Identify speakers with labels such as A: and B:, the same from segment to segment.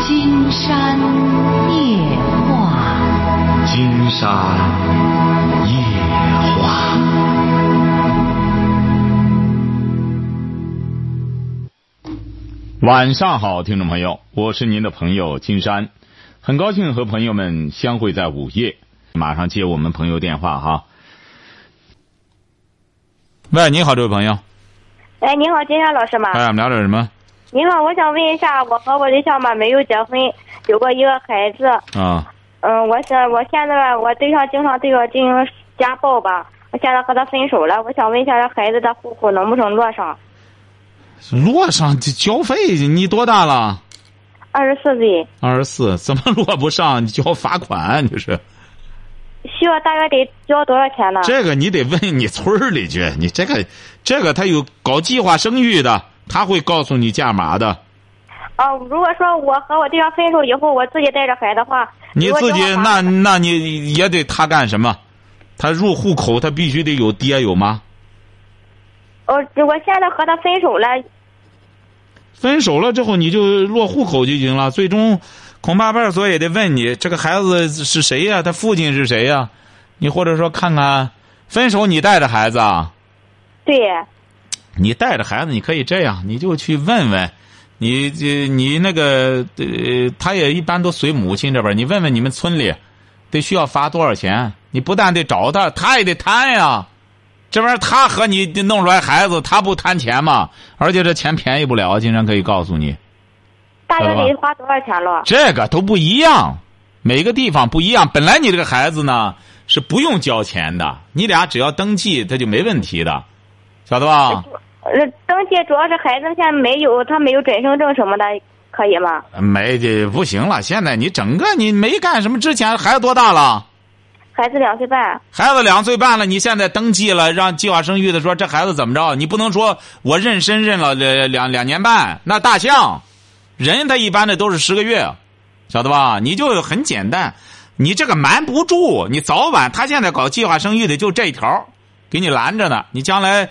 A: 金山夜话，
B: 金山夜话。晚上好，听众朋友，我是您的朋友金山，很高兴和朋友们相会在午夜。马上接我们朋友电话哈。喂，你好，这位朋友，
C: 哎，您好，金山老师吗？
B: 哎，我们聊点什么
C: 您好，我想问一下，我和我对象吧没有结婚，有过一个孩子。
B: 啊？
C: 嗯，我想我现在吧我对象经常对我进行家暴吧，我现在和他分手了，我想问一下这孩子的户口能不能落上？
B: 落上这交费，你多大了？
C: 二十四岁，
B: 二十四，怎么落不上？你交罚款，这是
C: 需要大约得交多少钱呢？
B: 这个，你得问你村儿里去。你这个，这个他有搞计划生育的，他会告诉你价码的。
C: 啊，如果说我和我对象分手以后，我自己带着孩子的话，
B: 你
C: 如果
B: 自
C: 交
B: 己
C: 房
B: 那那你也得他干什么？他入户口，他必须得有爹有妈。
C: 我我呃现在和他分手了，
B: 分手了之后，你就落户口就行了。最终，恐怕派出所也得问你这个孩子是谁呀、他父亲是谁呀、你或者说看看，分手你带着孩子啊？
C: 对，
B: 你带着孩子，你可以这样，你就去问问，你这你那个呃，他也一般都随母亲这边儿，你问问你们村里，得需要罚多少钱？你不但得找他，他也得摊呀。这玩意儿他和你弄出来孩子，他不摊钱吗？而且这钱便宜不了，经常可以告诉你，
C: 大约
B: 好的
C: 得花多少钱了？
B: 这个都不一样，每个地方不一样。本来你这个孩子呢是不用交钱的，你俩只要登记，他就没问题的，晓得吧？
C: 呃，登记主要是孩子现在没有，他没有准生证什么的，可以吗？
B: 没这不行了，现在你整个你没干什么之前，孩子多大了？
C: 孩子两岁半，
B: 孩子两岁半了，你现在登记了，让计划生育的说这孩子怎么着？你不能说我妊娠认了两两两年半，那大象，人他一般的都是十个月，晓得吧？你就很简单，你这个瞒不住，你早晚他现在搞计划生育的就这一条，给你拦着呢。你将来，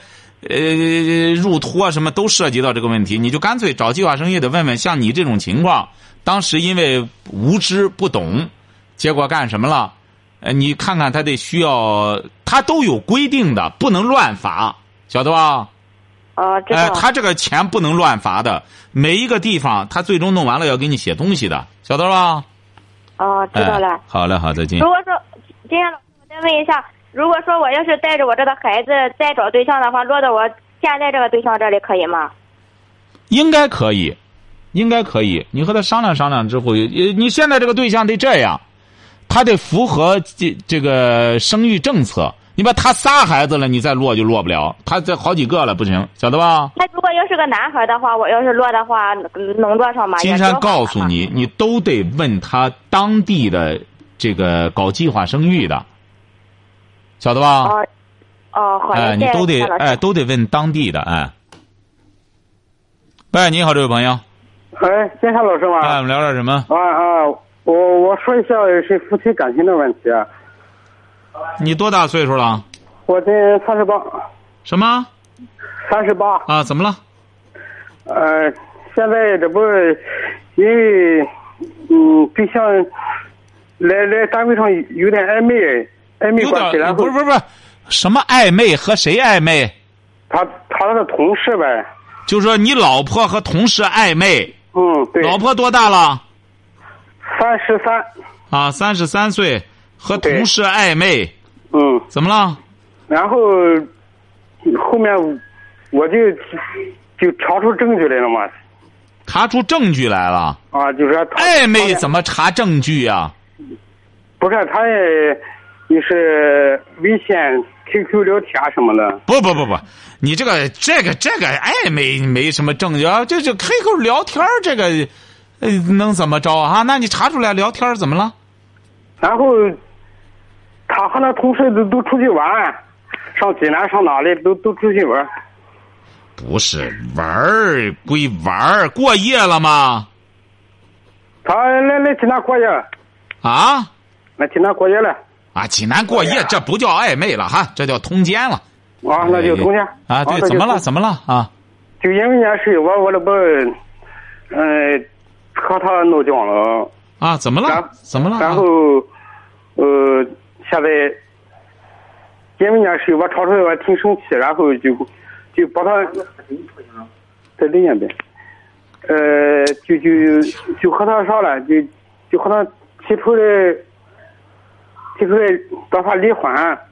B: 呃，入托什么都涉及到这个问题，你就干脆找计划生育的问问，像你这种情况，当时因为无知不懂，结果干什么了？呃，你看看他得需要，他都有规定的，不能乱罚，晓得吧？
C: 哦，知道。
B: 哎，他这个钱不能乱罚的，每一个地方他最终弄完了要给你写东西的，晓得吧？
C: 哦，知道了。
B: 哎好嘞，好，再见
C: 如。果说，金山老师，我再问一下，如果说我要是带着我这个孩子再找对象的话，落到我现在这个对象这里可以吗？
B: 应该可以，应该可以。你和他商量商量之后，呃你现在这个对象得这样，他得符合这这个生育政策。你把他仨孩子了，你再落就落不了，他这好几个了，不行，晓得吧？
C: 那如果要是个男孩的话，我要是落的话，嗯能落上吗？
B: 金山告
C: 啊
B: 诉你，你都得问他当地的这个搞计划生育的，晓得吧？
C: 哦，哦，好的，
B: 啊哎，你
C: 谢谢
B: 都得
C: 金山老师
B: 哎，都得问当地的哎。喂，你好，这位朋友，
D: 哎，金山老师吗？
B: 哎，我们聊点什么？
D: 啊啊，我我说一下是夫妻感情的问题。啊
B: 你多大岁数了？
D: 我今三十八，
B: 什么
D: 三十八。
B: 啊？怎么了？
D: 呃，现在这不是因为嗯对象来来单位上有点暧昧暧昧
B: 有
D: 关系，
B: 点
D: 然后
B: 不是不是不是，什么暧昧和谁暧昧？
D: 他他的同事呗，
B: 就说你老婆和同事暧昧，
D: 嗯对，
B: 老婆多大了？
D: 三十三，
B: 啊，三十三岁，和
D: 对
B: 同事暧昧，
D: 嗯，
B: 怎么了？
D: 然后后面我就就查出证据来了嘛，
B: 查出证据来了。
D: 啊，就说他
B: 暧昧
D: 他
B: 哎怎么查证据啊呀、
D: 不是，他也就是微信、QQ 聊天什么的。
B: 不不不不，你这个这个这个暧昧没什么证据啊，这这 QQ 聊天儿这个，呃，能怎么着啊？那你查出来聊天儿怎么了？
D: 然后他和那同事都都出去玩，上济南上哪里都都出去玩。
B: 不是玩儿归玩儿，过夜了吗？
D: 他来来济南过夜，
B: 啊
D: 来济南过夜了
B: 啊，济南过夜这不叫暧昧了哈，这叫通奸了
D: 啊，那就中间
B: 啊！对，怎么了？？
D: 那就
B: 怎么了啊？
D: 就因为件事，我我这不，嗯、和他闹僵了，
B: 啊，怎么
D: 然
B: 了？怎么了？
D: 然
B: 啊
D: 后，呃，现在因为那事我吵吵我挺生气，然后就就把他在另一边，呃，就就就和他啥了，就就和他提出来提出来让他离婚，
B: 啊，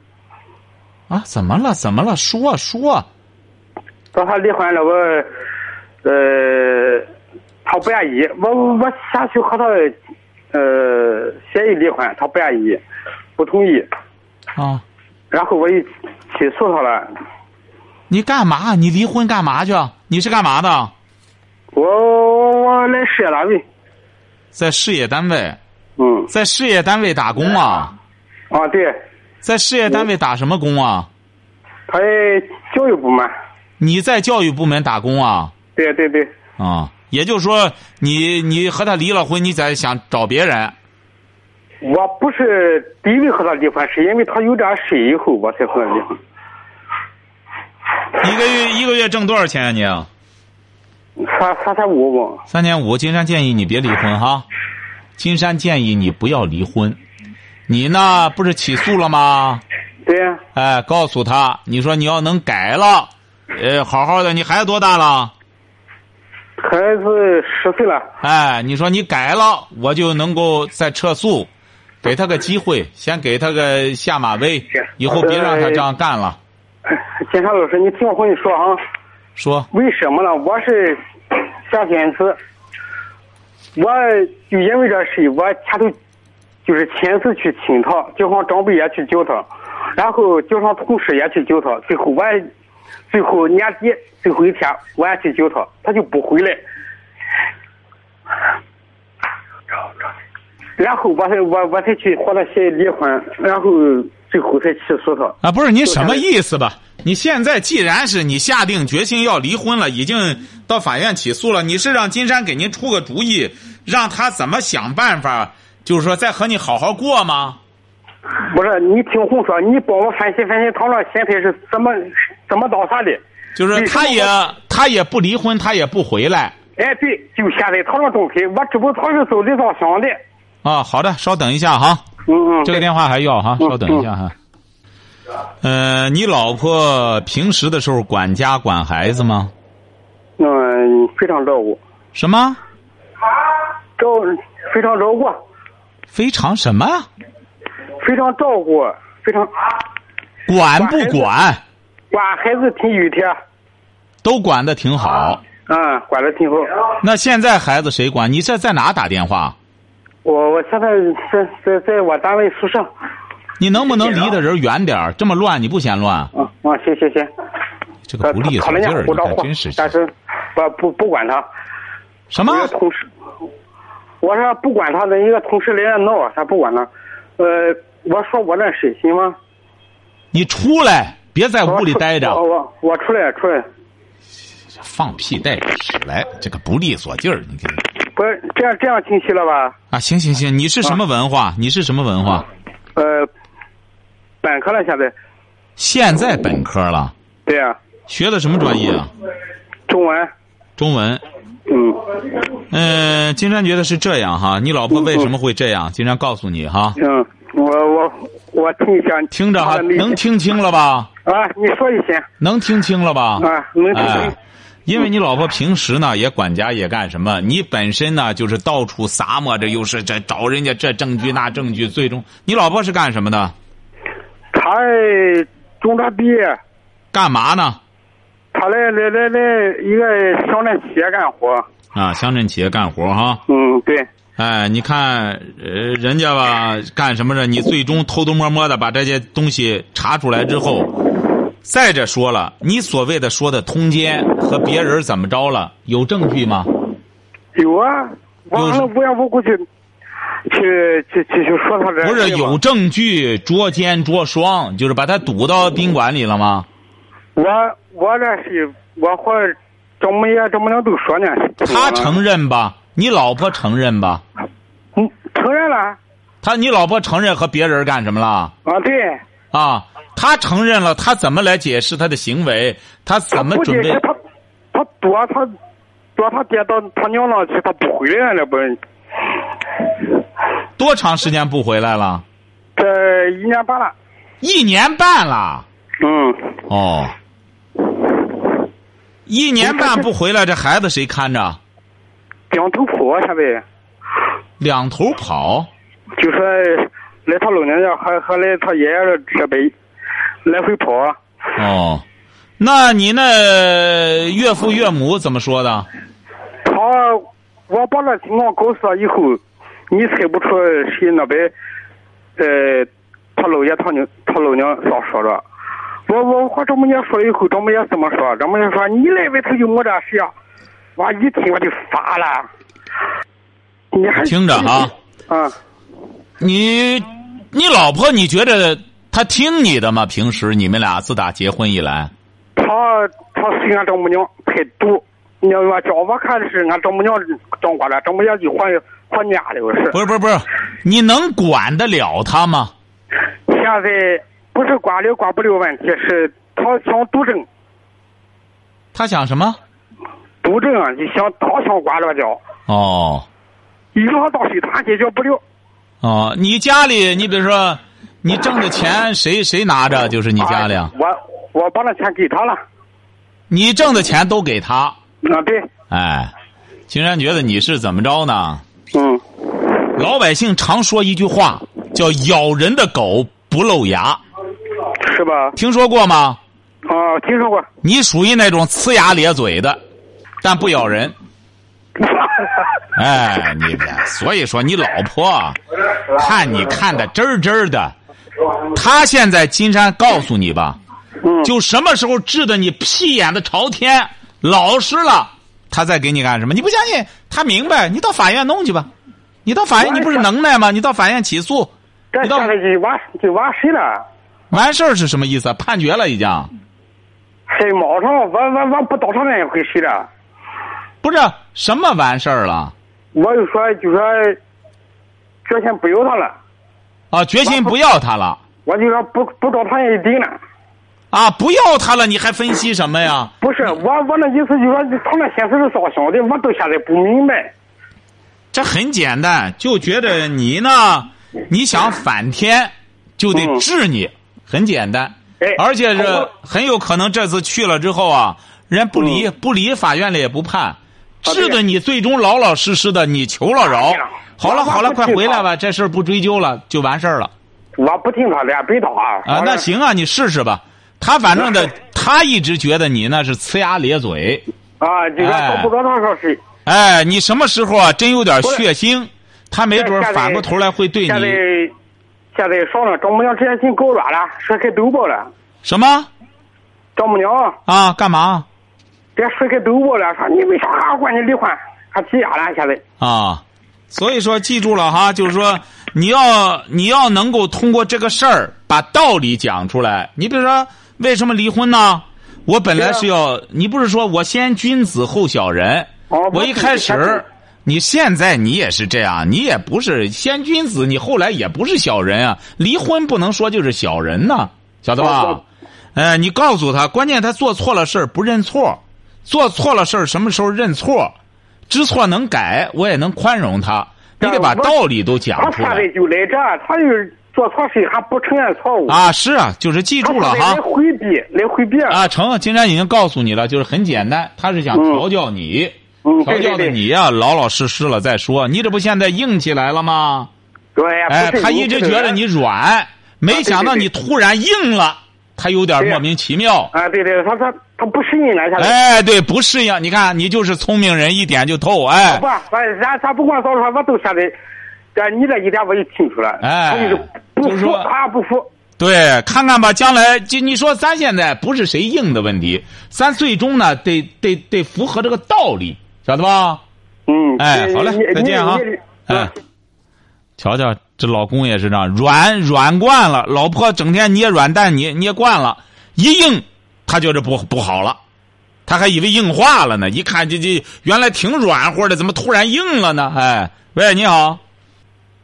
B: 怎么了？怎么了？说说
D: 让他离婚了，我呃，他不愿意，我我我下去和他呃协议离婚，他不愿意，不同意，
B: 啊！
D: 然后我又起诉他了，
B: 你干嘛？你离婚干嘛去？你是干嘛的？
D: 我我我来事业单位，
B: 在事业单位，
D: 嗯
B: 在事业单位打工啊？
D: 啊对，
B: 在事业单位打什么工啊？
D: 他在教育部门，
B: 你在教育部门打工啊？
D: 对对对，
B: 啊，也就是说，你你和他离了婚，你再想找别人
D: 我不是第一个和他离婚，是因为他有点事以后我才和他离婚，
B: 一个月一个月挣多少钱啊你？
D: 三三三五五，
B: 三点五，金山建议你别离婚哈。金山建议你不要离婚。你呢，不是起诉了吗？
D: 对，
B: 哎，告诉他，你说你要能改了，呃，好好的，你孩子多大了？
D: 孩子十岁了，
B: 哎，你说你改了，我就能够再撤诉，给他个机会，先给他个下马威，以后别让他这样干了。
D: 金山老师，你听我和你说啊。
B: 说
D: 为什么呢？我是下心思，我就因为这事，我前头就是亲自去请他，叫上长辈也去叫他，然后叫上同事也去叫他，最后我也最后年底最后一天我也去叫他，他就不回来。然后我才我我才去和他协议离婚，然后最后才起诉他。
B: 啊，不是您什么意思吧？你现在既然是你下定决心要离婚了，已经到法院起诉了，你是让金山给您出个主意，让他怎么想办法，就是说再和你好好过吗？
D: 不是，你听红说，你帮我分析分析他那心态是怎么怎么倒下的。
B: 就是他也
D: 你说
B: 他也不离婚，他也不回来
D: 哎，对，就现在他那状态，我只不过他是走的方向的。
B: 啊。好的，稍等一下哈，
D: 嗯嗯，
B: 这个电话还要哈，
D: 嗯
B: 稍等一下哈。呃，你老婆平时的时候管家管孩子吗？
D: 嗯，非常照顾，
B: 什么？
D: 照非常照顾，
B: 非常什么？
D: 非常照顾，非常
B: 管不
D: 管孩子
B: 管
D: 管孩子挺体贴，
B: 都管的挺好。
D: 嗯，管的挺好。
B: 那现在孩子谁管？你这在哪打电话？
D: 我我现在在在在我单位宿舍，
B: 你能不能离的人远点儿？这么乱，你不嫌乱？
D: 嗯嗯，行行行，
B: 这
D: 他
B: 个不利
D: 他
B: 索
D: 人
B: 劲
D: 家
B: 儿，
D: 胡
B: 你
D: 招
B: 还
D: 祸
B: 真是，
D: 但是我不不管他。
B: 什
D: 我一
B: 么
D: 个？同事，我说不管他的一个同事来闹，啊他不管他。呃，我说我那事行吗？
B: 你出来，别在屋里待着
D: 我。我我出来出来，
B: 放屁带屎来，这个不利索劲儿，你看
D: 不是这样这样清晰了吧？
B: 啊，行行行，你是什么文化？你是什么文化？
D: 呃，本科了现在，
B: 现在本科了，
D: 对呀、
B: 学的什么专业啊？
D: 中文，
B: 中文。
D: 嗯，
B: 嗯、金山觉得是这样哈，你老婆为什么会这样？金山告诉你哈，
D: 嗯，我我我听一下，
B: 听着哈，
D: 他的内
B: 能
D: 心
B: 听清了吧？
D: 啊？你说一些
B: 能听清了吧？
D: 啊，能听
B: 哎
D: 清，
B: 因为你老婆平时呢也管家也干什么，你本身呢就是到处撒摸着，又是这找人家这证据那证据，最终你老婆是干什么的？
D: 他中专毕业，
B: 干嘛呢？
D: 他来来来来一个乡镇企业干活，
B: 啊，乡镇企业干活哈，
D: 嗯，对。
B: 哎，你看，呃，人家吧干什么的，你最终偷偷摸摸的把这些东西查出来之后，再者说了，你所谓的说的通奸和别人怎么着了，有证据吗？
D: 有啊，
B: 有
D: 我
B: 什
D: 能无缘无故去去去去去说他这
B: 不是
D: 事吗
B: 有证据捉奸捉双，就是把他堵到宾馆里了吗？
D: 我我这是我和丈母爷丈母娘都说呢，
B: 他承认吧？你老婆承认吧？
D: 嗯承认了
B: 他你老婆承认和别人干什么了？
D: 啊，对，
B: 啊，他承认了，他怎么来解释他的行为？他
D: 他
B: 怎么
D: 啊不
B: 准
D: 解
B: 备
D: 释？他他躲他说他爹到他娘那去，他不回来了不是？
B: 多长时间不回来了？
D: 这一年半了，
B: 一年半了。
D: 嗯，
B: 哦，一年半不回来，这孩子谁看着？
D: 两头跑现在，
B: 两头跑，
D: 就说来他老娘家还还来他爷爷这边来回跑。
B: 哦，那你那岳父岳母怎么说的？
D: 他我把那情况告诉他以后，你猜不出谁那边，呃，他老爷他娘他老娘咋说的？我我和丈母娘说了以后，丈母娘怎么说？丈母娘说你来外头就没这事啊！我一听我就发了，你还
B: 听着 啊，
D: 啊？
B: 你你老婆，你觉得她听你的吗？平时你们俩自打结婚以来，
D: 他他随俺丈母娘太毒，你要我叫我看是俺丈母娘掌管了，丈母娘就还还家了是。
B: 不是不是不是，你能管得了她吗？
D: 现在不是管了管不了问题，是他想独政，
B: 她想什么？
D: 独政啊，就想他想管了叫，
B: 哦
D: 一个到水他解决不了，
B: 哦，你家里，你比如说，你挣的钱谁谁拿着？就是你家里，啊
D: 哎，我我把那钱给他了，
B: 你挣的钱都给她。
D: 啊对，
B: 哎，金山觉得你是怎么着呢？
D: 嗯，
B: 老百姓常说一句话，叫“咬人的狗不露牙
D: 是吧”，？
B: 听说过吗？
D: 啊，听说过。
B: 你属于那种呲牙咧嘴的，但不咬人。哎，你所以说你老婆啊看你看的真儿真儿的，她现在金山告诉你吧，
D: 嗯，
B: 就什么时候治的你屁眼子朝天，老实了，她再给你干什么？你不相信？她明白，你到法院弄去吧。你到法院，你不是能耐吗？你到法院起诉，
D: 这
B: 你到
D: 下来就完就完事了。
B: 完事儿是什么意思啊？判决了已经，
D: 是马上，我我我不当上那一回事了。
B: 不是什么完事儿了
D: 我就说就说，决心不要他了，
B: 啊？决心不要他了。
D: 我就说不不找他也定了。
B: 啊，不要他了，你还分析什么呀？
D: 不是我我那意思就说他那心思是咋想的，我到现在不明白。
B: 这很简单，就觉得你呢，你想反天，就得治你，很简单
D: 哎。
B: 而且
D: 我
B: 这很有可能这次去了之后啊，人家不离、
D: 嗯
B: 不离法院里也不
D: 啊
B: 判，治的你最终老老实实的，你求了饶
D: 哎呀。
B: 好了
D: 我
B: 好了，
D: 我
B: 快
D: 去
B: 回来
D: 吧
B: 吧，这事儿不追究了，啊就完事儿了
D: 我不听他的，别打
B: 啊。那，行啊，你试试吧。他反正的，他一直觉得你那是呲牙咧嘴。
D: 啊，就说
B: 哎
D: 找不着他说是。
B: 哎，你什么时候啊，真有点
D: 不是
B: 血腥，他没准哎儿反过头来会对
D: 现在
B: 你
D: 现在上了丈母娘直接进高院了，说开都报了。
B: 什么
D: 丈母娘
B: 啊？干嘛
D: 这说开都报了，说你为啥还管你离婚，还急眼了现在。
B: 啊？所以说，记住了哈，就是说，你要你要能够通过这个事儿把道理讲出来。你比如说，为什么离婚呢？我本来
D: 啊
B: 是要，你不是说我先君子后小人？
D: 哦不
B: 我
D: 是
B: 一开
D: 不
B: 始
D: 是，
B: 你现在你也是这样，你也不是先君子，你后来也不是小人啊。离婚不能说就是小人呐、晓得吧？
D: 哦
B: 呃，你告诉他，关键他做错了事儿不认错，做错了事儿什么时候认错，知错能改，我也能宽容他。你得把
D: 但我
B: 道理都
D: 他
B: 讲出
D: 现
B: 来
D: 在就来这，他就是做错事还不承认错误，
B: 啊！是啊，就是记
D: 他
B: 住了
D: 现在
B: 哈
D: 来回避，来回避。
B: 啊！成，金山已经告诉你了，就是很简单，他是想
D: 嗯
B: 调教你，
D: 嗯，
B: 调
D: 对
B: 教
D: 对
B: 的
D: 对，
B: 你呀、老老实实了再说。你这不现在硬起来了吗？
D: 对呀，
B: 哎，
D: 啊不是啊
B: 他一直觉得你软，没想到
D: 对对
B: 你突然硬了，他有点
D: 对呀
B: 莫名其妙。
D: 啊，对对，他他他不适应了，现在。
B: 哎，对，不适应。你看，你就是聪明人，一点就透。哎
D: 啊不，，咱咱咱不管咋说，我都现在，这你这一点我就清楚了。
B: 哎
D: 他就是不
B: 就是
D: 服
B: 说，
D: 他不服。
B: 对，看看吧，将来就你说，咱现在不是谁硬的问题，咱最终呢，得得得符合这个道理，晓得吧？
D: 嗯，
B: 哎，好嘞
D: 你，
B: 再见啊
D: 你嗯你！
B: 哎，瞧瞧，这老公也是这样，软软惯了，老婆整天捏软蛋捏捏惯了，一硬他觉着不不好了，他还以为硬化了呢，一看这这原来挺软和的，怎么突然硬了呢？哎，喂，你好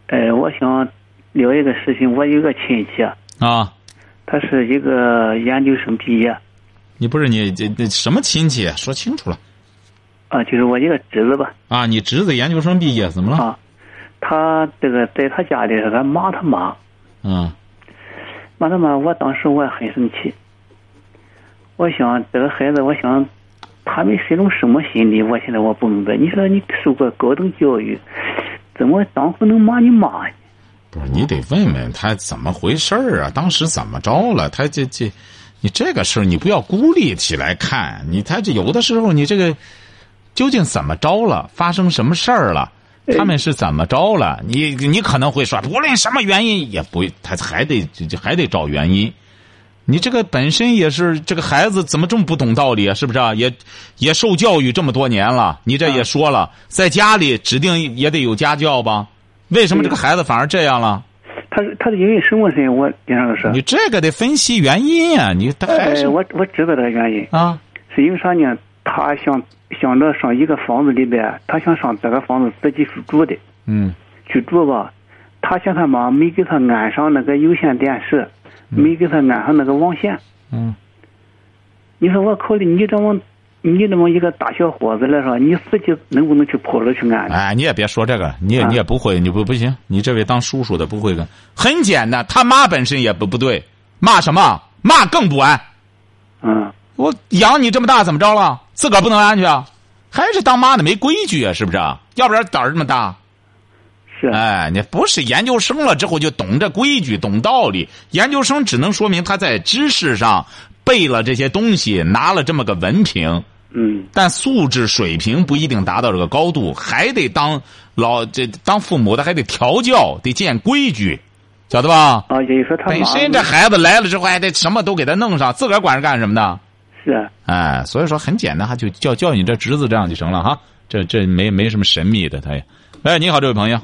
E: 呃，我想聊一个事情。我有一个亲戚啊，
B: 啊，
E: 他是一个研究生毕业，
B: 啊你不是你这这什么亲戚？说清楚了
E: 啊，就是我一个侄子吧，
B: 啊，你侄子研究生毕业，怎么了？
E: 啊，他这个在他家里是俺骂他妈，
B: 嗯
E: 骂他妈，我当时我很生气，我想这个孩子，我想他们是一种什么心理，我现在我不明白。你说你受过高等教育，怎么丈夫能骂你妈呢？
B: 不是，你得问问他怎么回事儿啊？当时怎么着了？他这这，你这个事儿你不要孤立起来看，你他这有的时候你这个究竟怎么着了？发生什么事儿了？他们是怎么着了？你你可能会说，无论什么原因也不，他还得就还得找原因。你这个本身也是这个孩子怎么这么不懂道理啊？是不是啊？也也受教育这么多年了，你这也说了，在家里指定也得有家教吧？为什么这个孩子反而这样了？
E: 他是他是因为什么事情？我经常都是
B: 你，这个得分析原因呀、你他还是
E: 呃，我我知道这个原因，
B: 啊，
E: 是因为啥呢？他想想着上一个房子里边，他想上这个房子自己去住的，
B: 嗯
E: 去住吧。他嫌他妈没给他安上那个有线电视，没给他安上那个网线。
B: 嗯，
E: 你说我考虑你这么你这么一个大小伙子来说，你自己能不能去跑着去安呢？
B: 哎，你也别说这个，你也
E: 啊
B: 你也不会，你不不行，你这位当叔叔的不会的，很简单，他妈本身也不不对，骂什么骂更不安，
E: 嗯，
B: 我养你这么大怎么着了？自个儿不能安去啊？还是当妈的没规矩啊？是不是啊？要不然胆儿这么大？
E: 是，
B: 哎，你不是研究生了之后就懂这规矩、懂道理。研究生只能说明他在知识上背了这些东西，拿了这么个文凭，
E: 嗯，
B: 但素质水平不一定达到这个高度，还得当老这当父母的还得调教，得见规矩，晓得吧？
E: 啊，也就是说他
B: 本身这
E: 妈
B: 孩子来了之后，还得什么都给他弄上，自个儿管是干什么的？
E: 是，
B: 哎，所以说很简单，哈，就叫叫你这侄子这样就成了哈，这这没没什么神秘的，他也。哎，你好，这位朋友，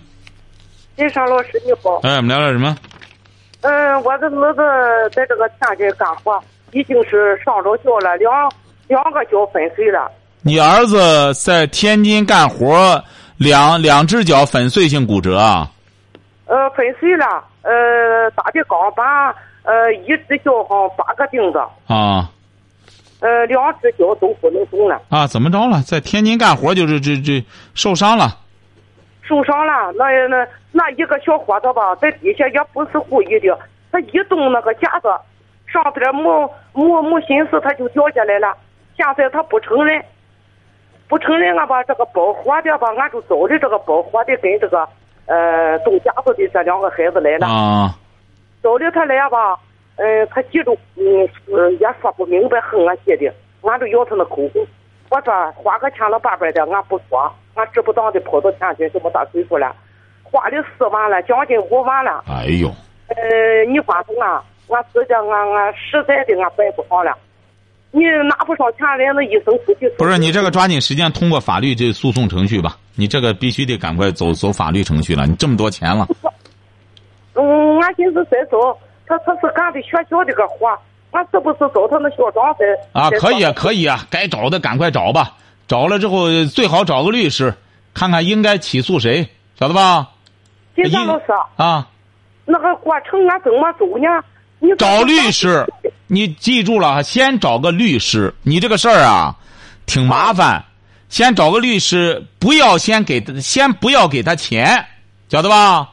F: 金山老师你好，
B: 哎，我们聊点什么？
F: 嗯，我的儿子在这个天津干活，已经是上着校了，两两个小粉碎了。
B: 你儿子在天津干活，两两只脚粉碎性骨折啊？
F: 呃，粉碎了，呃，打的钢板，呃，一只脚上八个钉子，
B: 啊
F: 呃，两只脚都不能动了，
B: 啊，怎么着了？在天津干活就是这这受伤了
F: 受伤了。那那那一个小伙子吧，在底下也不是故意的，他一动那个架子，上边没没没心思，他就掉下来了。现在他不承认，不承认俺吧，这个保活的吧，俺就找的这个保活的跟这个呃动架子的这两个孩子来了。
B: 啊？
F: 找的他来吧，嗯，他记住，嗯，呃也说不明白，很俺写的，俺就要他那口红。我说花个千了八百的，俺不说，俺值不当的跑到天津这么大岁数了，花了四万了，将近五万了。
B: 哎呦，
F: 呃，你管住俺，俺直接俺啊俺实在的啊俺摆不上了。你拿不上钱来，那医生出去
B: 不是你这个抓紧时间通过法律这诉讼程序吧？你这个必须得赶快走走法律程序了。你这么多钱了，
F: 嗯，俺寻思再走，他他是干的学校的个活，俺是不是找他那校长再
B: 啊，
F: 再
B: 可以
F: 找
B: 啊，可以啊，该找的赶快找吧。找了之后最好找个律师，看看应该起诉谁，晓得吧？
F: 金山老师，
B: 啊，
F: 那个过程俺怎么走呢？你说
B: 找律师，你记住了，先找个律师。你这个事儿啊，挺麻烦，先找个律师，不要先给他，先不要给他钱，晓得吧？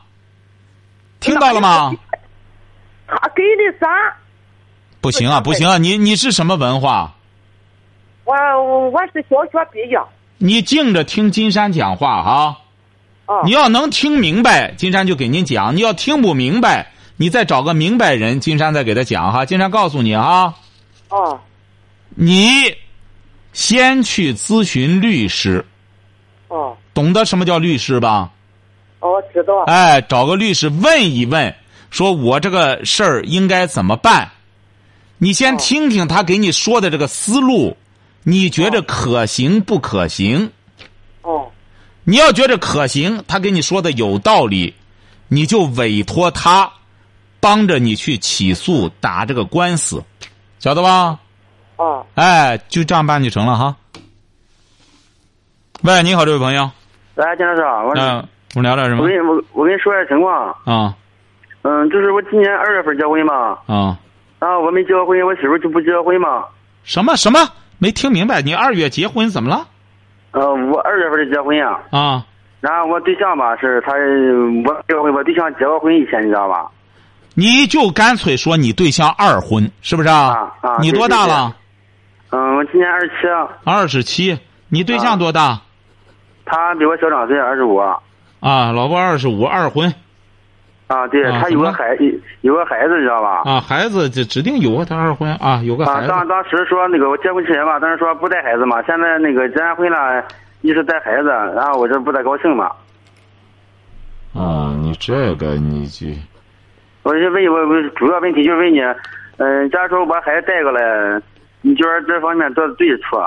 B: 听到了吗？
F: 他给的咱，
B: 不行啊，不行啊！你你是什么文化？
F: 我我是小学毕业，
B: 你静着听金山讲话啊！
F: 啊，
B: 你要能听明白，金山就给您讲；你要听不明白，你再找个明白人，金山再给他讲哈。金山告诉你啊，
F: 啊
B: 你先去咨询律师，
F: 啊，
B: 懂得什么叫律师吧？
F: 哦，知道，
B: 哎，找个律师问一问，说我这个事儿应该怎么办？你先听听他给你说的这个思路，你觉着可行不可行？
F: 哦
B: 你要觉着可行，他给你说的有道理，你就委托他帮着你去起诉打这个官司，晓得吧？
F: 啊，
B: 哎，就这样办就成了哈。喂，你好，这位朋友，
G: 来，金老师啊，我、
B: 嗯、我们聊点什
G: 我
B: 么
G: 跟？你我我跟你说点情况，
B: 啊
G: 嗯，就是我今年二月份结婚嘛，
B: 啊，
G: 啊，我没结婚，我媳妇就不结婚嘛，
B: 什么什么？没听明白？你二月结婚怎么了？
H: 呃，我二月份就结婚呀、
B: 啊，
H: 然后我对象吧是他，我结婚，我对象结过婚以前，你知道吧？
B: 你就干脆说你对象二婚，是不是
H: 啊啊
B: 你
H: 对
B: 多
H: 对
B: 大
H: 对
B: 了？
H: 嗯，我今年二十七，
B: 二十七。你对象
H: 啊
B: 多大？
H: 他比我小两岁，二十五。
B: 啊，老婆二十五，二婚
H: 啊，对
B: 啊
H: 他
B: 怎
H: 有
B: 么
H: 个
B: 了
H: 孩有个孩子，你知道吧？
B: 啊，孩子这指定有他二婚啊，有个孩
H: 啊，
B: 子
H: 当当时说那个我结婚之前吧，当时说不带孩子嘛，现在那个结完婚了，一是带孩子，然后我这不太高兴嘛，
B: 啊。你这个你这
H: 我就问我我主要问题就问你，嗯、假如说我把孩子带过来，你觉得这方面做的对错？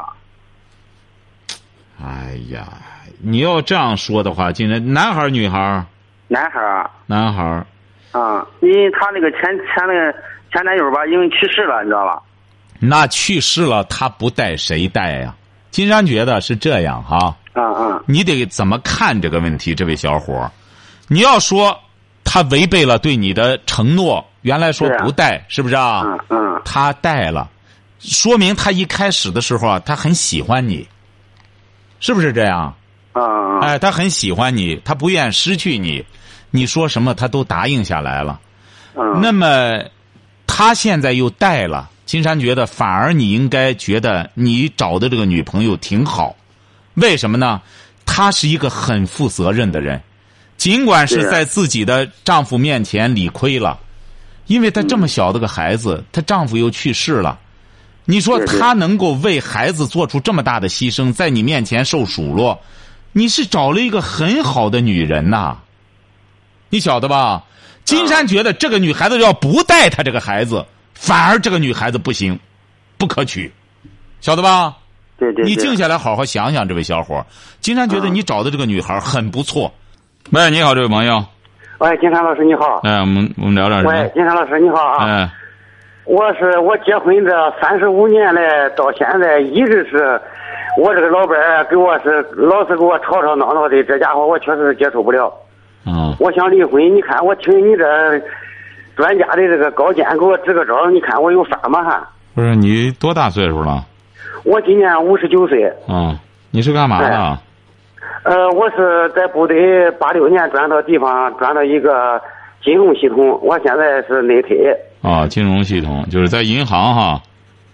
B: 哎呀，你要这样说的话，今天男孩儿女孩儿？
H: 男孩儿
B: 男孩儿
H: 啊，因为他那个前前那个前男友吧，因为去世了，你知道吧？
B: 那去世了，他不带谁带呀、金山觉得是这样哈、
H: 嗯嗯
B: 你得怎么看这个问题？这位小伙儿，你要说他违背了对你的承诺，原来说
H: 对啊
B: 不带，是不是啊？
H: 嗯嗯
B: 他带了，说明他一开始的时候啊，他很喜欢你，是不是这样？
H: 嗯
D: 啊
H: 嗯
B: 哎，他很喜欢你，他不愿失去你，你说什么他都答应下来了。
H: 嗯，
B: 那么他现在又带了，金山觉得反而你应该觉得你找的这个女朋友挺好，为什么呢？她是一个很负责任的人，尽管是
H: 是
B: 在自己的丈夫面前理亏了，因为她这么小的个孩子，她丈夫又去世了。你说
H: 是是
B: 她能够为孩子做出这么大的牺牲，在你面前受数落，你是找了一个很好的女人呐、你晓得吧？金山觉得这个女孩子要不带她这个孩子，反而这个女孩子不行，不可取，晓得吧？
H: 对对对，
B: 你静下来好好想想，这位小伙儿，金山觉得你找的这个女孩很不错。喂，你好，这位朋友，
D: 喂，金山老师你好。
B: 哎，我们我们聊点什
D: 喂
B: 么，？
D: 金山老师你好啊。
B: 哎，
D: 我是我结婚这三十五年来到现在，一直是我这个老伴儿啊给我是老是给我吵吵闹闹的，这家伙我确实是接受不了。
B: 啊，
D: 我想离婚，你看我听你这专家的这个高见给我支个招，你看我有法吗？还
B: 不是你多大岁数了？
D: 我今年五十九岁，
B: 啊，你是干嘛的？
D: 呃，我是在部队八六年转到地方，转到一个金融系统，我现在是内推。
B: 啊，金融系统，就是在银行哈。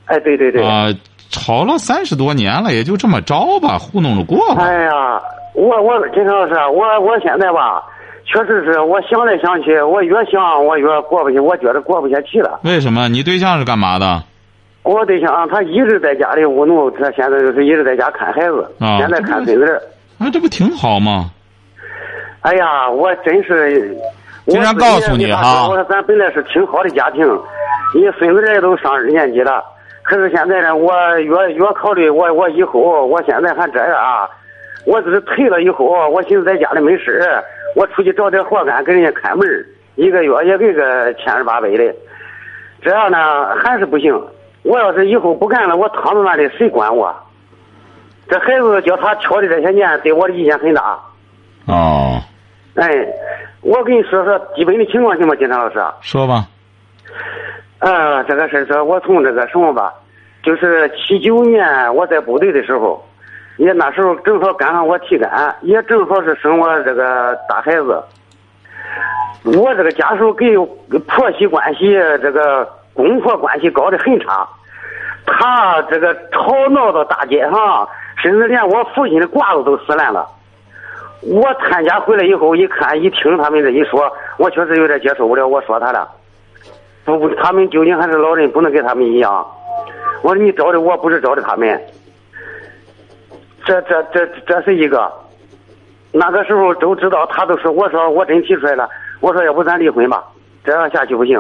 D: 哎，对对对。
B: 啊，吵了三十多年了，也就这么着吧，糊弄着过吧。
D: 哎呀，我我金老师，我我现在吧，确实是我想来想去，我越想我越过不去，我觉得过不下去了。
B: 为什么？你对象是干嘛的？
D: 我对象他一直在家里务农，他现在就是一直在家看孩子，
B: 啊
D: 现在看孙子。
B: 啊，这不挺好吗？
D: 哎呀，我真是，我
B: 金山告诉你哈
D: 我说咱本来是挺好的家庭，你孙子也都上二年级了，可是现在呢，我越越考虑我我以后，我现在还这样啊，我只是退了以后，我寻思在家里没事儿我出去找点活干，给人家看门儿一个月也给个千儿八百的，这样呢还是不行。我要是以后不干了，我躺在那里谁管我？这孩子叫他挑的这些年，对我的意见很大。
B: 哦，
D: 哎，我跟你说说基本的情况行吗，金山老师？啊
B: 说吧。
D: 呃，这个事儿说，我从这个什么吧，就是七九年我在部队的时候，也那时候正好赶上我体干，也正好是生我这个大孩子。我这个家属跟婆媳关系，这个公婆关系搞得很差。他这个吵闹到大街上，甚至连我父亲的褂子都撕烂了。我参加回来以后，一看一听他们这一说，我确实有点接受不了。我说他了，不不，他们究竟还是老人，不能跟他们一样。我说你找的我不是找的他们，这这这这是一个。那个时候都知道，他都说我说我真提出来了，我说要不咱离婚吧，这样下去不行。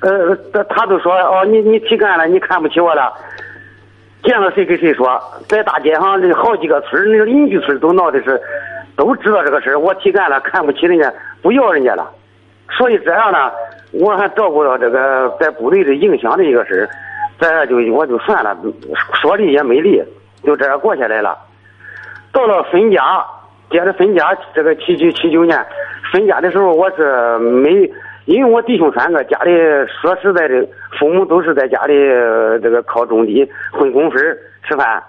D: 呃，他他都说哦，你你提干了，你看不起我了。见了谁跟谁说，在大街上这好几个村儿那个邻居村儿都闹的是，都知道这个事儿。我提干了，看不起人家，不要人家了。所以这样呢，我还照顾到这个在部队的影响的一个事儿，这样就我就算了，说离也没离，就这样过下来了。到了分家，接着分家，这个七九七九年分家的时候，我是没，因为我弟兄三个，家里说实在的，父母都是在家里呃这个靠种地混工分儿吃饭，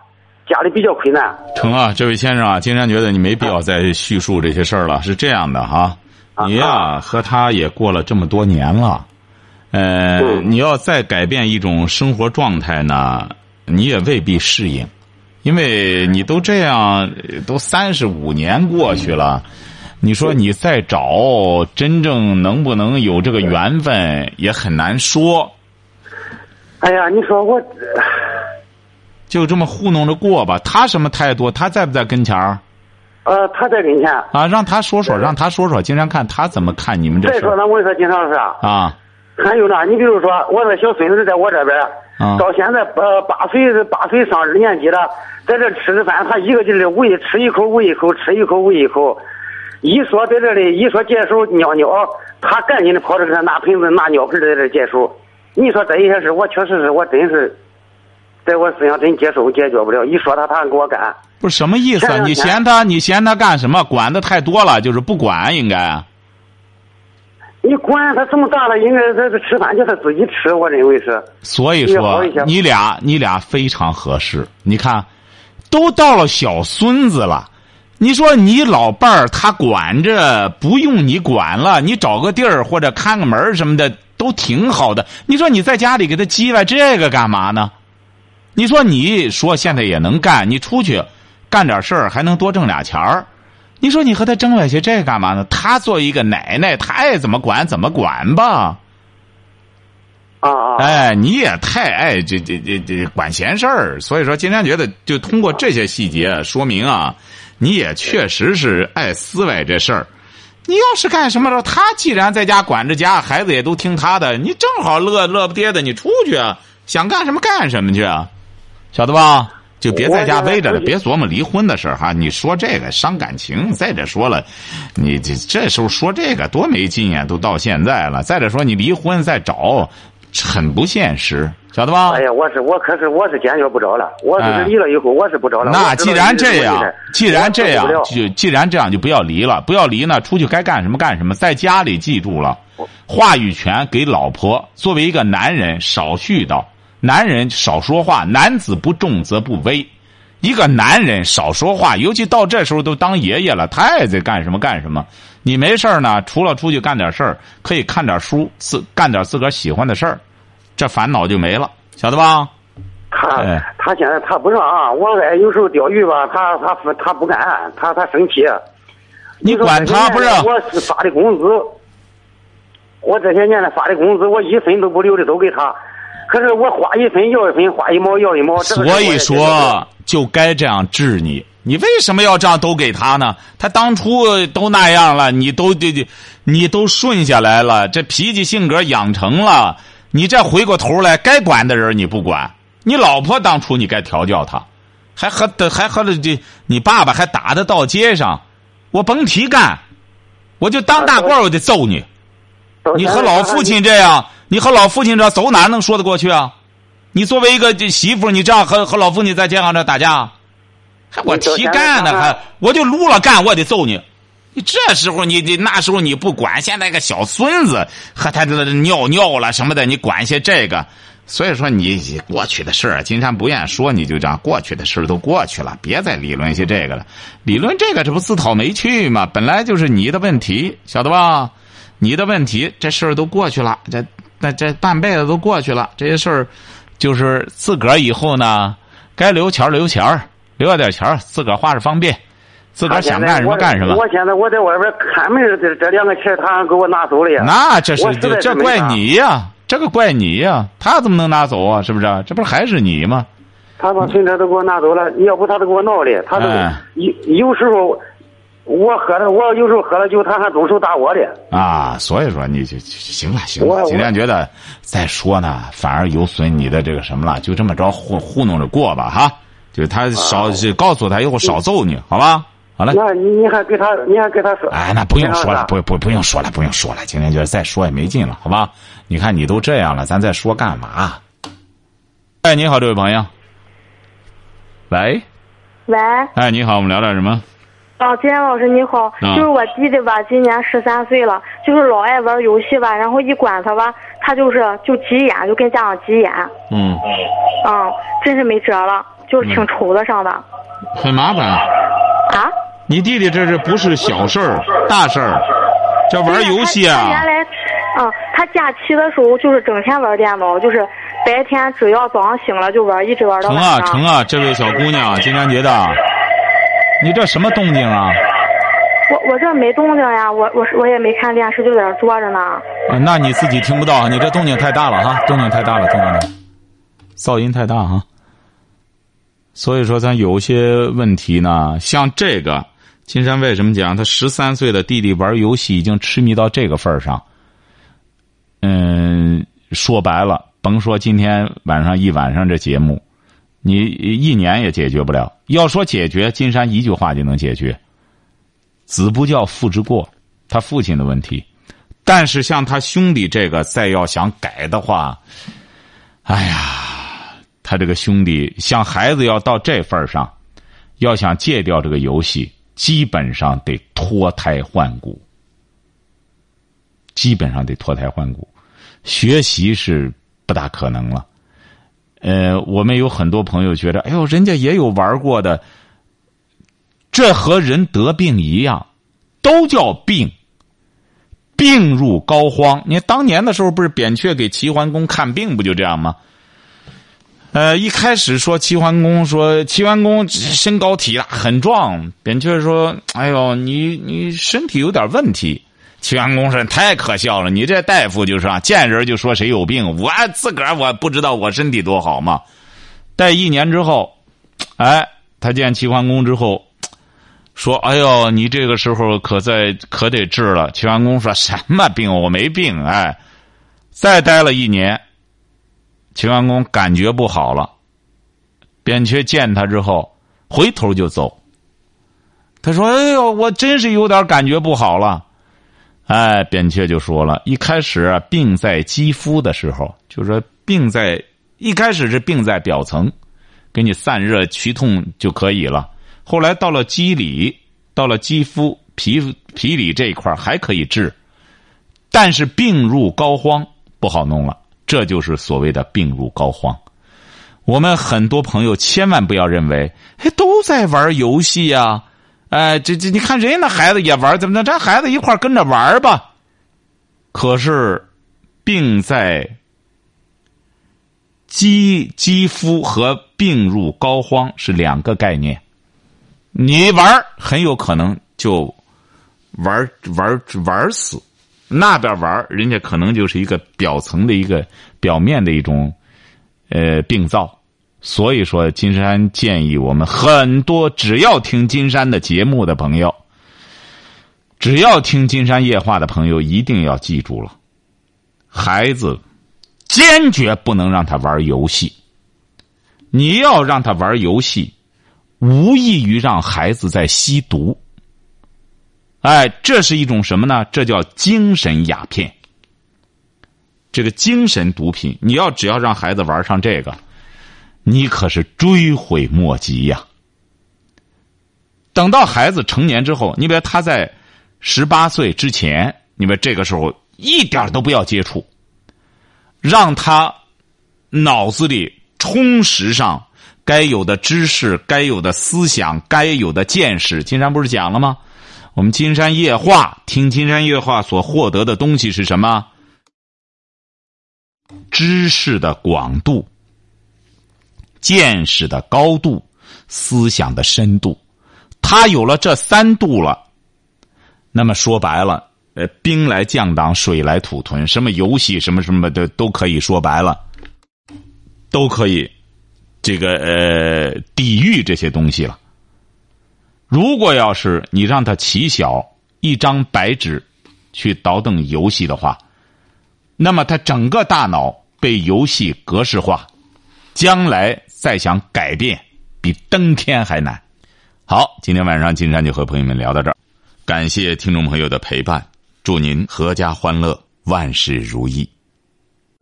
D: 家里比较困难。
B: 成啊，这位先生啊，金山觉得你没必要再叙述这些事儿了。是这样的哈、你呀、和他也过了这么多年了，呃，
D: 嗯
B: 你要再改变一种生活状态呢，你也未必适应，因为你都这样，呃都三十五年过去了。你说你再找，真正能不能有这个缘分也很难说，
D: 哎呀，你说我，
B: 就这么糊弄着过吧。他什么态度？他在不在跟前儿？
D: 呃，他在跟前。
B: 啊，让他说说，让他说说，经常看他怎么看你们这
D: 再
B: 事
D: 说
B: 儿
D: 呢，我跟你说，金老师啊，
B: 啊
D: 还有呢，你比如说，我那小孙子在我这边，
B: 啊
D: 到现在呃八岁八岁上二年级了，在这吃着饭，他一个劲的喂，吃一口喂一口，吃一口喂一口，一说在这里，一说解手尿尿，他赶紧的跑着给他拿盆子拿尿盆在这解手。你说这一些事，我确实是我真是，在我思想真接受解决不了，一说他他给我干。
B: 不是什么意思啊？
D: 前两
B: 你
D: 天
B: 嫌他，你嫌他干什么？管的太多了，就是不管应该。啊
D: 你管他这么大了，应该他他吃饭叫他自己吃，我认为是。
B: 所以
D: 你好
B: 说
D: 一些，
B: 你俩你俩非常合适。你看，都到了小孙子了，你说你老伴儿他管着不用你管了，你找个地儿或者看个门儿什么的都挺好的。你说你在家里给他叽歪这个干嘛呢？你说你说现在也能干，你出去干点事儿还能多挣俩钱儿。你说你和他争来些这干嘛呢？他作为一个奶奶，他爱怎么管怎么管吧。
D: 啊啊。
B: 哎，你也太爱这这这这管闲事儿，所以说今天觉得就通过这些细节说明啊，你也确实是爱思维这事儿。你要是干什么的，他既然在家管着家，孩子也都听他的，你正好乐乐不跌的，你出去啊想干什么干什么去啊，晓得吧？就别在家围着了，别琢磨离婚的事儿哈。你说这个伤感情，再者说了，你这这时候说这个多没劲呀，都到现在了。再者说你离婚再找，很不现实，晓得吧？
D: 哎呀，我是我可是我是坚决不找了，我
B: 啊哎
D: 是离了以后我是不找了。
B: 那
D: 我知
B: 既
D: 道
B: 然
D: 这是
B: 这样
D: 问题，
B: 既然这样
D: 我受不了，
B: 就既然这样就不要离了，不要离呢，出去该干什么干什么，在家里记住了，话语权给老婆。作为一个男人，少絮叨，男人少说话，男子不重则不威。一个男人少说话，尤其到这时候都当爷爷了，他爱在干什么干什么。你没事儿呢，除了出去干点事儿，可以看点书，自干点自个儿喜欢的事儿，这烦恼就没了，晓得吧？
D: 他
B: 哎
D: 他现在他不让啊，我哎有时候钓鱼吧，他他不他不干，他他生气。
B: 你
D: 说
B: 管
D: 这
B: 他
D: 些
B: 不是
D: 年来我是发的工资，我这些年来发的工资，我一分都不留的都给他。可是我花一分要一分，花一毛要一毛。哦这个
B: 所
D: 事我
B: 以
D: 也接受不了
B: 说，就该这样治你。你为什么要这样都给他呢？他当初都那样了，你都就就你都顺下来了，这脾气性格养成了，你再回过头来，该管的人你不管，你老婆当初你该调教她，还和还和这你爸爸还打的到街上，我甭提干，我就当大
D: 啊
B: 官儿我得揍你。
D: 到
B: 你
D: 现
B: 和
D: 在
B: 老
D: 他
B: 父亲这样，你和老父亲这走哪能说得过去啊？你作为一个这媳妇儿，你这样和和老父亲在街上这打架，还我提干呢，
D: 啊
B: 还我就撸了干，我得揍你。你这时候你你那时候你不管，现在个小孙子和他这尿尿了什么的，你管些这个。所以说你你过去的事儿，啊金山不愿说，你就这样过去的事儿都过去了，别再理论一些这个了。理论这个，这不自讨没趣吗？本来就是你的问题，晓得吧？你的问题，这事儿都过去了，这那这半辈子都过去了，这些事儿就是自个儿以后呢，该留钱儿留钱儿留下点钱儿自个儿花着方便，自个儿
D: 他现
B: 想
D: 在
B: 干什么
D: 我
B: 干什么。
D: 我现在我在外边看门儿，这这两个钱他给我拿走了呀。
B: 那这是
D: 我实在是
B: 这
D: 没
B: 怪
D: 拿
B: 你呀、这个怪你呀、他怎么能拿走啊？是不是？这不是还是你吗？
D: 他把存折都给我拿走了，要不他都给我闹的。他都
B: 哎
D: 有有时候我喝了，我有时候喝了酒，他还动手打我的。
B: 啊，所以说你就行了行了，
D: 我
B: 今天觉得再说呢，反而有损你的这个什么了，就这么着糊糊弄着过吧哈。就是他少就告诉他以后少揍你，好吧？好嘞。
D: 那你你还给他，你还给他说？
B: 哎，那不用说了，
D: 给
B: 不不不用说了，不用说了。今天觉得再说也没劲了，好吧？你看你都这样了，咱再说干嘛？哎，你好，这位朋友。喂，
C: 喂，
B: 哎，你好，我们聊点什么？
C: 哦，金山老师你好，
B: 嗯
C: 就是我弟弟吧，今年十三岁了，就是老爱玩游戏吧，然后一管他吧，他就是就急眼，就跟家长急眼，
B: 嗯，
C: 嗯，真是没辙了。就是请厨子上的。
B: 很麻烦。
C: 啊？
B: 你弟弟这是不是小事儿，大事儿？这玩游戏
C: 对呀他他
B: 啊
C: 原，来，嗯，他假期的时候就是整天玩电脑，就是白天只要早上醒了就玩，一直玩到
B: 成
C: 晚
B: 啊
C: 上。
B: 成啊，这位小姑娘，金山觉得，你这什么动静啊？
C: 我我这没动静呀，我我是我也没看电视，就在这坐着呢。
B: 啊，那你自己听不到，你这动静太大了哈，动静太大了，动静太大，噪音太大哈。所以说，咱有些问题呢，像这个金山为什么讲他十三岁的弟弟玩游戏已经痴迷到这个份儿上？嗯，说白了，甭说今天晚上一晚上这节目，你一年也解决不了。要说解决，金山一句话就能解决：子不教，父之过。他父亲的问题，但是像他兄弟这个，再要想改的话，哎呀，他这个兄弟像孩子要到这份儿上，要想戒掉这个游戏，基本上得脱胎换骨，基本上得脱胎换骨，学习是不大可能了。呃，我们有很多朋友觉得，哎呦，人家也有玩过的，这和人得病一样，都叫病。病入膏肓。你当年的时候不是扁鹊给齐桓公看病不就这样吗？呃，一开始说齐桓公说齐桓公身高体大很壮，扁鹊说：“哎呦，你你身体有点问题。”齐桓公说：“哎太可笑了，你这大夫就是啊，见人就说谁有病，我自个儿我不知道我身体多好嘛。”待一年之后，哎，他见齐桓公之后，说：“哎呦，你这个时候可在可得治了。”齐桓公说：“什么病？我没病。”哎，再待了一年，齐桓公感觉不好了。扁鹊见他之后，回头就走。他说：“哎呦，我真是有点感觉不好了。”哎，扁鹊就说了，一开始啊病在肌肤的时候，就是说病在一开始是病在表层，给你散热祛痛就可以了。后来到了肌理，到了肌肤、皮肤皮理这一块儿还可以治，但是病入膏肓不好弄了，这就是所谓的病入膏肓。我们很多朋友千万不要认为，哎，都在玩游戏呀、啊，哎，这这，你看人家那孩子也玩，怎么着？咱孩子一块儿跟着玩儿吧。可是，病在肌肌肤和病入膏肓是两个概念。你玩儿很有可能就玩儿玩儿玩儿死，那边玩儿人家可能就是一个表层的一个表面的一种呃病灶。所以说，金山建议我们很多只要听金山的节目的朋友，只要听金山夜话的朋友，一定要记住了，孩子坚决不能让他玩儿游戏。你要让他玩儿游戏，无异于让孩子在吸毒。哎，这是一种什么呢？这叫精神鸦片。这个精神毒品，你要只要让孩子玩上这个，你可是追悔莫及呀。等到孩子成年之后，你别他在十八岁之前，你别这个时候一点都不要接触，让他脑子里充实上该有的知识、该有的思想、该有的见识。金山不是讲了吗？我们金山夜话听金山夜话所获得的东西是什么？知识的广度、见识的高度、思想的深度。他有了这三度了，那么说白了，呃，兵来将挡，水来土屯，什么游戏，什么什么的都可以说白了，都可以这个呃抵御这些东西了。如果要是你让他起小一张白纸去倒腾游戏的话，那么他整个大脑被游戏格式化，将来再想改变比登天还难。好，今天晚上金山就和朋友们聊到这儿，感谢听众朋友的陪伴，祝您阖家欢乐，万事如意。